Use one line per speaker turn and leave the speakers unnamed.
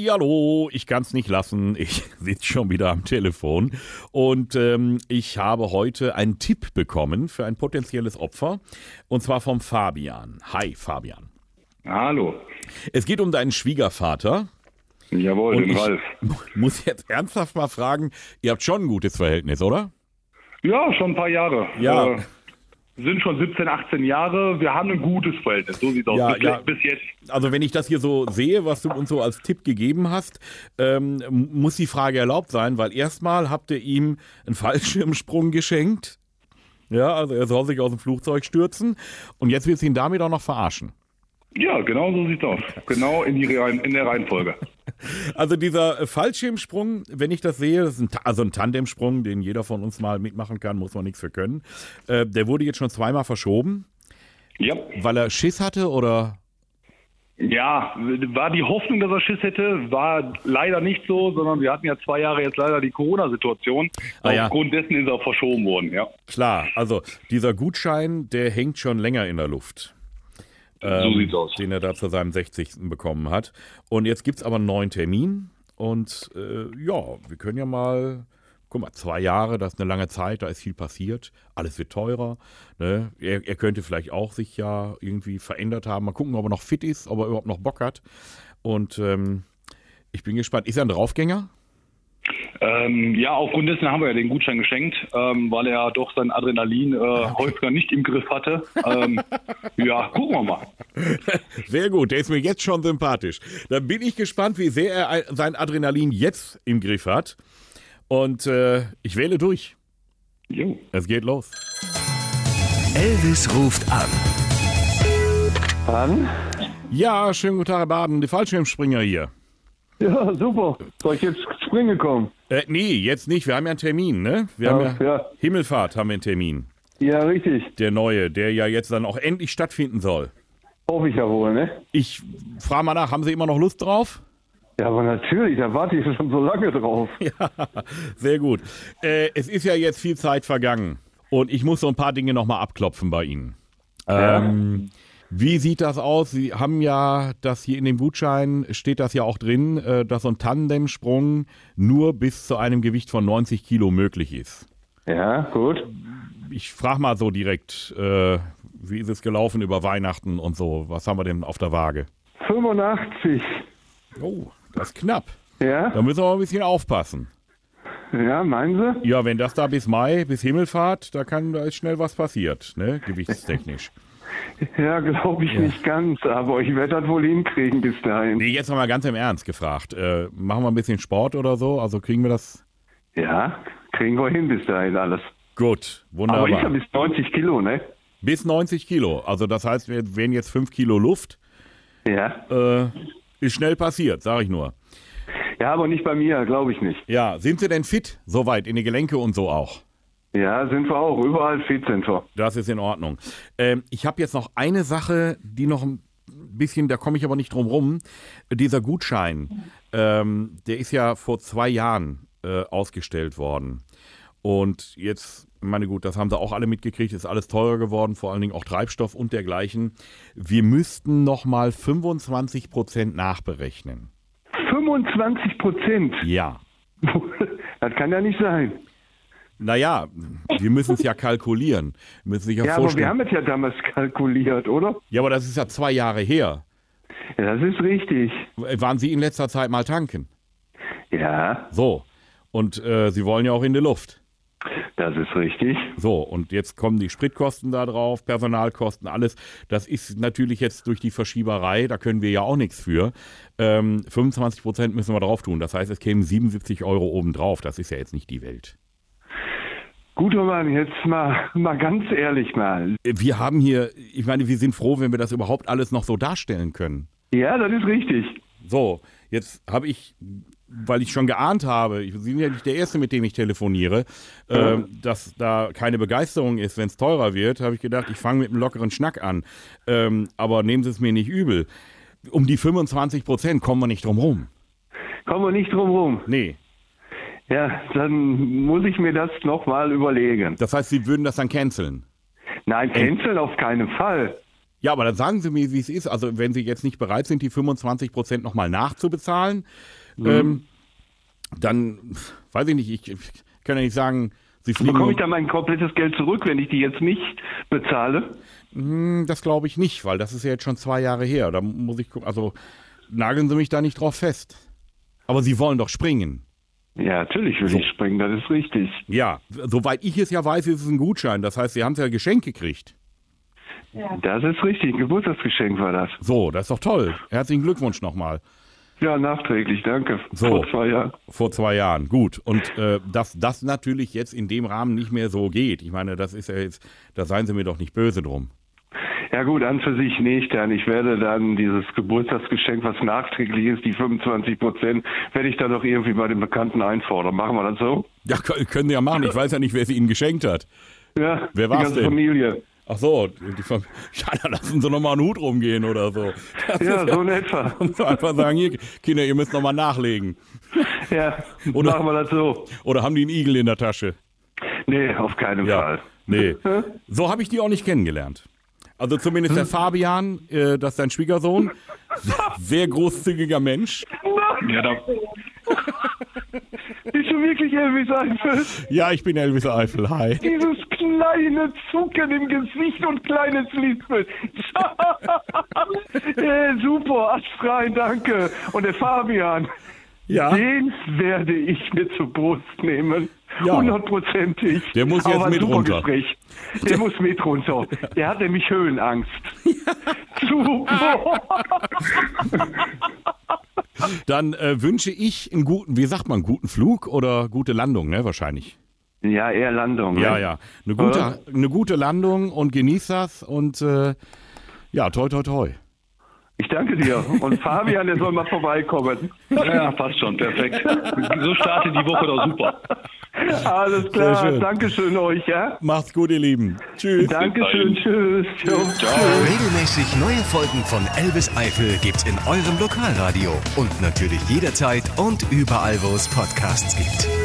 Hallihallo, ich kann's nicht lassen. Ich sitze schon wieder am Telefon und ähm, ich habe heute einen Tipp bekommen für ein potenzielles Opfer und zwar vom Fabian. Hi Fabian.
Hallo.
Es geht um deinen Schwiegervater
Jawohl,
und
den
ich
Ralf.
muss jetzt ernsthaft mal fragen, ihr habt schon ein gutes Verhältnis, oder?
Ja, schon ein paar Jahre.
Ja.
Äh, sind schon 17, 18 Jahre. Wir haben ein gutes Verhältnis. So sieht's aus.
Ja,
bis,
ja.
bis jetzt.
Also wenn ich das hier so sehe, was du uns so als Tipp gegeben hast, ähm, muss die Frage erlaubt sein, weil erstmal habt ihr ihm einen Fallschirmsprung geschenkt. Ja, also er soll sich aus dem Flugzeug stürzen und jetzt willst du ihn damit auch noch verarschen.
Ja, genau so sieht's aus. Genau in, die Reihen, in der Reihenfolge.
Also dieser äh, Fallschirmsprung, wenn ich das sehe, das ist ein, Ta- also ein Tandemsprung, den jeder von uns mal mitmachen kann, muss man nichts für können. Äh, der wurde jetzt schon zweimal verschoben,
Ja.
weil er Schiss hatte oder
ja, war die Hoffnung, dass er Schiss hätte, war leider nicht so, sondern wir hatten ja zwei Jahre jetzt leider die Corona-Situation.
Ah, ja.
Aufgrund dessen ist er verschoben worden, ja.
Klar, also dieser Gutschein, der hängt schon länger in der Luft. Ähm,
sieht's aus.
Den er da zu seinem 60. bekommen hat. Und jetzt gibt es aber einen neuen Termin. Und äh, ja, wir können ja mal, guck mal, zwei Jahre, das ist eine lange Zeit, da ist viel passiert, alles wird teurer. Ne? Er, er könnte vielleicht auch sich ja irgendwie verändert haben. Mal gucken, ob er noch fit ist, ob er überhaupt noch Bock hat. Und ähm, ich bin gespannt. Ist er ein Draufgänger?
Ähm, ja, aufgrund dessen haben wir ja den Gutschein geschenkt, ähm, weil er doch sein Adrenalin äh, häufiger nicht im Griff hatte. Ähm, ja, gucken wir mal.
Sehr gut, der ist mir jetzt schon sympathisch. Dann bin ich gespannt, wie sehr er ein- sein Adrenalin jetzt im Griff hat. Und äh, ich wähle durch.
Jo.
Es geht los.
Elvis ruft an.
An?
Ja, schönen guten Tag, Herr Baden, der Fallschirmspringer hier.
Ja, super. Soll ich jetzt springen kommen?
Äh, nee, jetzt nicht. Wir haben ja einen Termin, ne? Wir haben ja,
Ja, ja.
Himmelfahrt haben wir einen Termin.
Ja, richtig.
Der neue, der ja jetzt dann auch endlich stattfinden soll.
Hoffe ich ja wohl, ne?
Ich frage mal nach, haben Sie immer noch Lust drauf?
Ja, aber natürlich, da warte ich schon so lange drauf.
Ja, sehr gut. Äh, es ist ja jetzt viel Zeit vergangen und ich muss so ein paar Dinge nochmal abklopfen bei Ihnen. Ähm, Wie sieht das aus? Sie haben ja das hier in dem Gutschein, steht das ja auch drin, äh, dass so ein Tandemsprung nur bis zu einem Gewicht von 90 Kilo möglich ist.
Ja, gut.
Ich frage mal so direkt, äh, wie ist es gelaufen über Weihnachten und so? Was haben wir denn auf der Waage?
85.
Oh, das ist knapp. Da
Ja?
müssen wir mal ein bisschen aufpassen.
Ja, meinen Sie?
Ja, wenn das da bis Mai, bis Himmelfahrt, da kann da ist schnell was passiert, ne? Gewichtstechnisch.
Ja, glaube ich nicht ganz, aber ich werde das wohl hinkriegen bis dahin.
Nee, jetzt nochmal ganz im Ernst gefragt. Äh, machen wir ein bisschen Sport oder so? Also kriegen wir das?
Ja, kriegen wir hin bis dahin alles.
Gut,
Aber
wunderbar.
ich habe bis 90 Kilo, ne?
bis 90 Kilo. Also das heißt, wir wären jetzt 5 Kilo Luft.
Ja.
Äh, ist schnell passiert, sag ich nur.
Ja, aber nicht bei mir, glaube ich nicht.
Ja, sind Sie denn fit? Soweit, in die Gelenke und so auch.
Ja, sind wir auch. Überall fit sind wir.
Das ist in Ordnung. Ähm, ich habe jetzt noch eine Sache, die noch ein bisschen, da komme ich aber nicht drum rum. Dieser Gutschein, ähm, der ist ja vor zwei Jahren äh, ausgestellt worden. Und jetzt, meine gut, das haben sie auch alle mitgekriegt, ist alles teurer geworden, vor allen Dingen auch Treibstoff und dergleichen. Wir müssten nochmal 25 Prozent nachberechnen.
25 Prozent.
Ja.
Das kann ja nicht sein.
Naja, wir müssen es ja kalkulieren. Wir Müssen sich ja,
Ja, aber
vorstellen.
wir haben es ja damals kalkuliert, oder?
ja, aber das ist ja zwei Jahre her.
Ja, das ist richtig.
Waren Sie in letzter Zeit mal tanken?
Ja,
So. Und äh, sie wollen ja auch in die Luft.
das ist richtig.
So, und jetzt kommen die Spritkosten da drauf, Personalkosten, alles. Das ist natürlich jetzt durch die Verschieberei, da können wir ja auch nichts für. Ähm, 25 Prozent müssen wir drauf tun. Das heißt, es kämen 77 Euro obendrauf. Das ist ja jetzt nicht die Welt.
Guter Mann, jetzt mal, mal ganz ehrlich mal.
Äh, Wir haben hier, ich meine, wir sind froh, wenn wir das überhaupt alles noch so darstellen können.
Ja, das ist richtig.
So, jetzt habe ich, weil ich schon geahnt habe, ich bin ja nicht der Erste, mit dem ich telefoniere, ähm, dass da keine Begeisterung ist, wenn es teurer wird, habe ich gedacht, ich fange mit einem lockeren Schnack an. Ähm, aber nehmen Sie es mir nicht übel. Um die 25 Prozent kommen wir nicht drum rum.
Kommen wir nicht drum rum.
Nee.
Ja, dann muss ich mir das nochmal überlegen.
Das heißt, Sie würden das dann canceln.
Nein, canceln auf keinen Fall.
Ja, aber dann sagen Sie mir, wie es ist. Also wenn Sie jetzt nicht bereit sind, die 25 Prozent nochmal nachzubezahlen,
Mhm.
ähm, dann pf, weiß ich nicht, ich, ich kann ja nicht sagen, Sie fliegen.
Bekomme ich dann mein komplettes Geld zurück, wenn ich die jetzt nicht bezahle?
Hm, Das glaube ich nicht, weil das ist ja jetzt schon zwei Jahre her. Da muss ich gucken, also nageln Sie mich da nicht drauf fest. Aber Sie wollen doch springen.
Ja, natürlich will ich springen, das ist richtig.
Ja, soweit ich es ja weiß, ist es ein Gutschein. Das heißt, Sie haben es ja geschenkt gekriegt.
Das ist richtig, ein Geburtstagsgeschenk war das.
So, das ist doch toll. Herzlichen Glückwunsch nochmal.
Ja, nachträglich, danke.
So.
Vor zwei Jahren.
Vor zwei Jahren, gut. Und äh, dass das natürlich jetzt in dem Rahmen nicht mehr so geht. Ich meine, das ist ja jetzt, da seien Sie mir doch nicht böse drum.
Ja gut, an für sich nicht, dann ich werde dann dieses Geburtstagsgeschenk, was nachträglich ist, die 25 Prozent, werde ich dann doch irgendwie bei den Bekannten einfordern. Machen wir das so?
Ja, kö- können Sie ja machen. Ich weiß ja nicht, wer sie Ihnen geschenkt hat.
Ja,
Wer
die
war's
ganze
denn?
Familie.
Ach so, die Fam- ja, dann lassen Sie nochmal einen Hut rumgehen oder so. Das
Ja,
ist
so in etwa.
Und einfach sagen, hier, Kinder, ihr müsst nochmal nachlegen.
Ja,
Oder-
machen wir das so.
Oder haben die einen Igel in der Tasche?
Nee, auf keinen Fall.
Nee. So habe ich die auch nicht kennengelernt. Also zumindest der Fabian, äh, das ist dein Schwiegersohn, sehr großzügiger Mensch.
Ja, da,
Bist du wirklich Elvis Eifel?
Ja, ich bin Elvis Eifel, hi.
Dieses kleine Zucken im Gesicht und kleines Lispeln. äh, super, astrein, danke. Und der Fabian,
Ja,
den werde ich mir zur Brust nehmen.
Ja.
Hundertprozentig.
Der muss jetzt
Aber ein
mit
super
runter.
Gespräch. Der muss mit runter. Der hat nämlich Höhenangst. Super.
dann äh, wünsche ich einen guten, wie sagt man, guten Flug oder gute Landung, ne, wahrscheinlich.
Ja, eher Landung.
Ja,
ne?
ja. Eine gute, eine gute Landung und genieß das und äh, ja, toi, toi, toi.
Ich danke dir. Und Fabian, der soll mal vorbeikommen.
ja, passt schon, perfekt. So startet die Woche doch super.
Alles klar.
schön.
Dankeschön euch, ja?
Macht's gut, ihr Lieben. Tschüss.
Dankeschön. Tschüss. Jo.
Regelmäßig neue Folgen von Elvis Eifel gibt's in eurem Lokalradio und natürlich jederzeit und überall, wo es Podcasts gibt.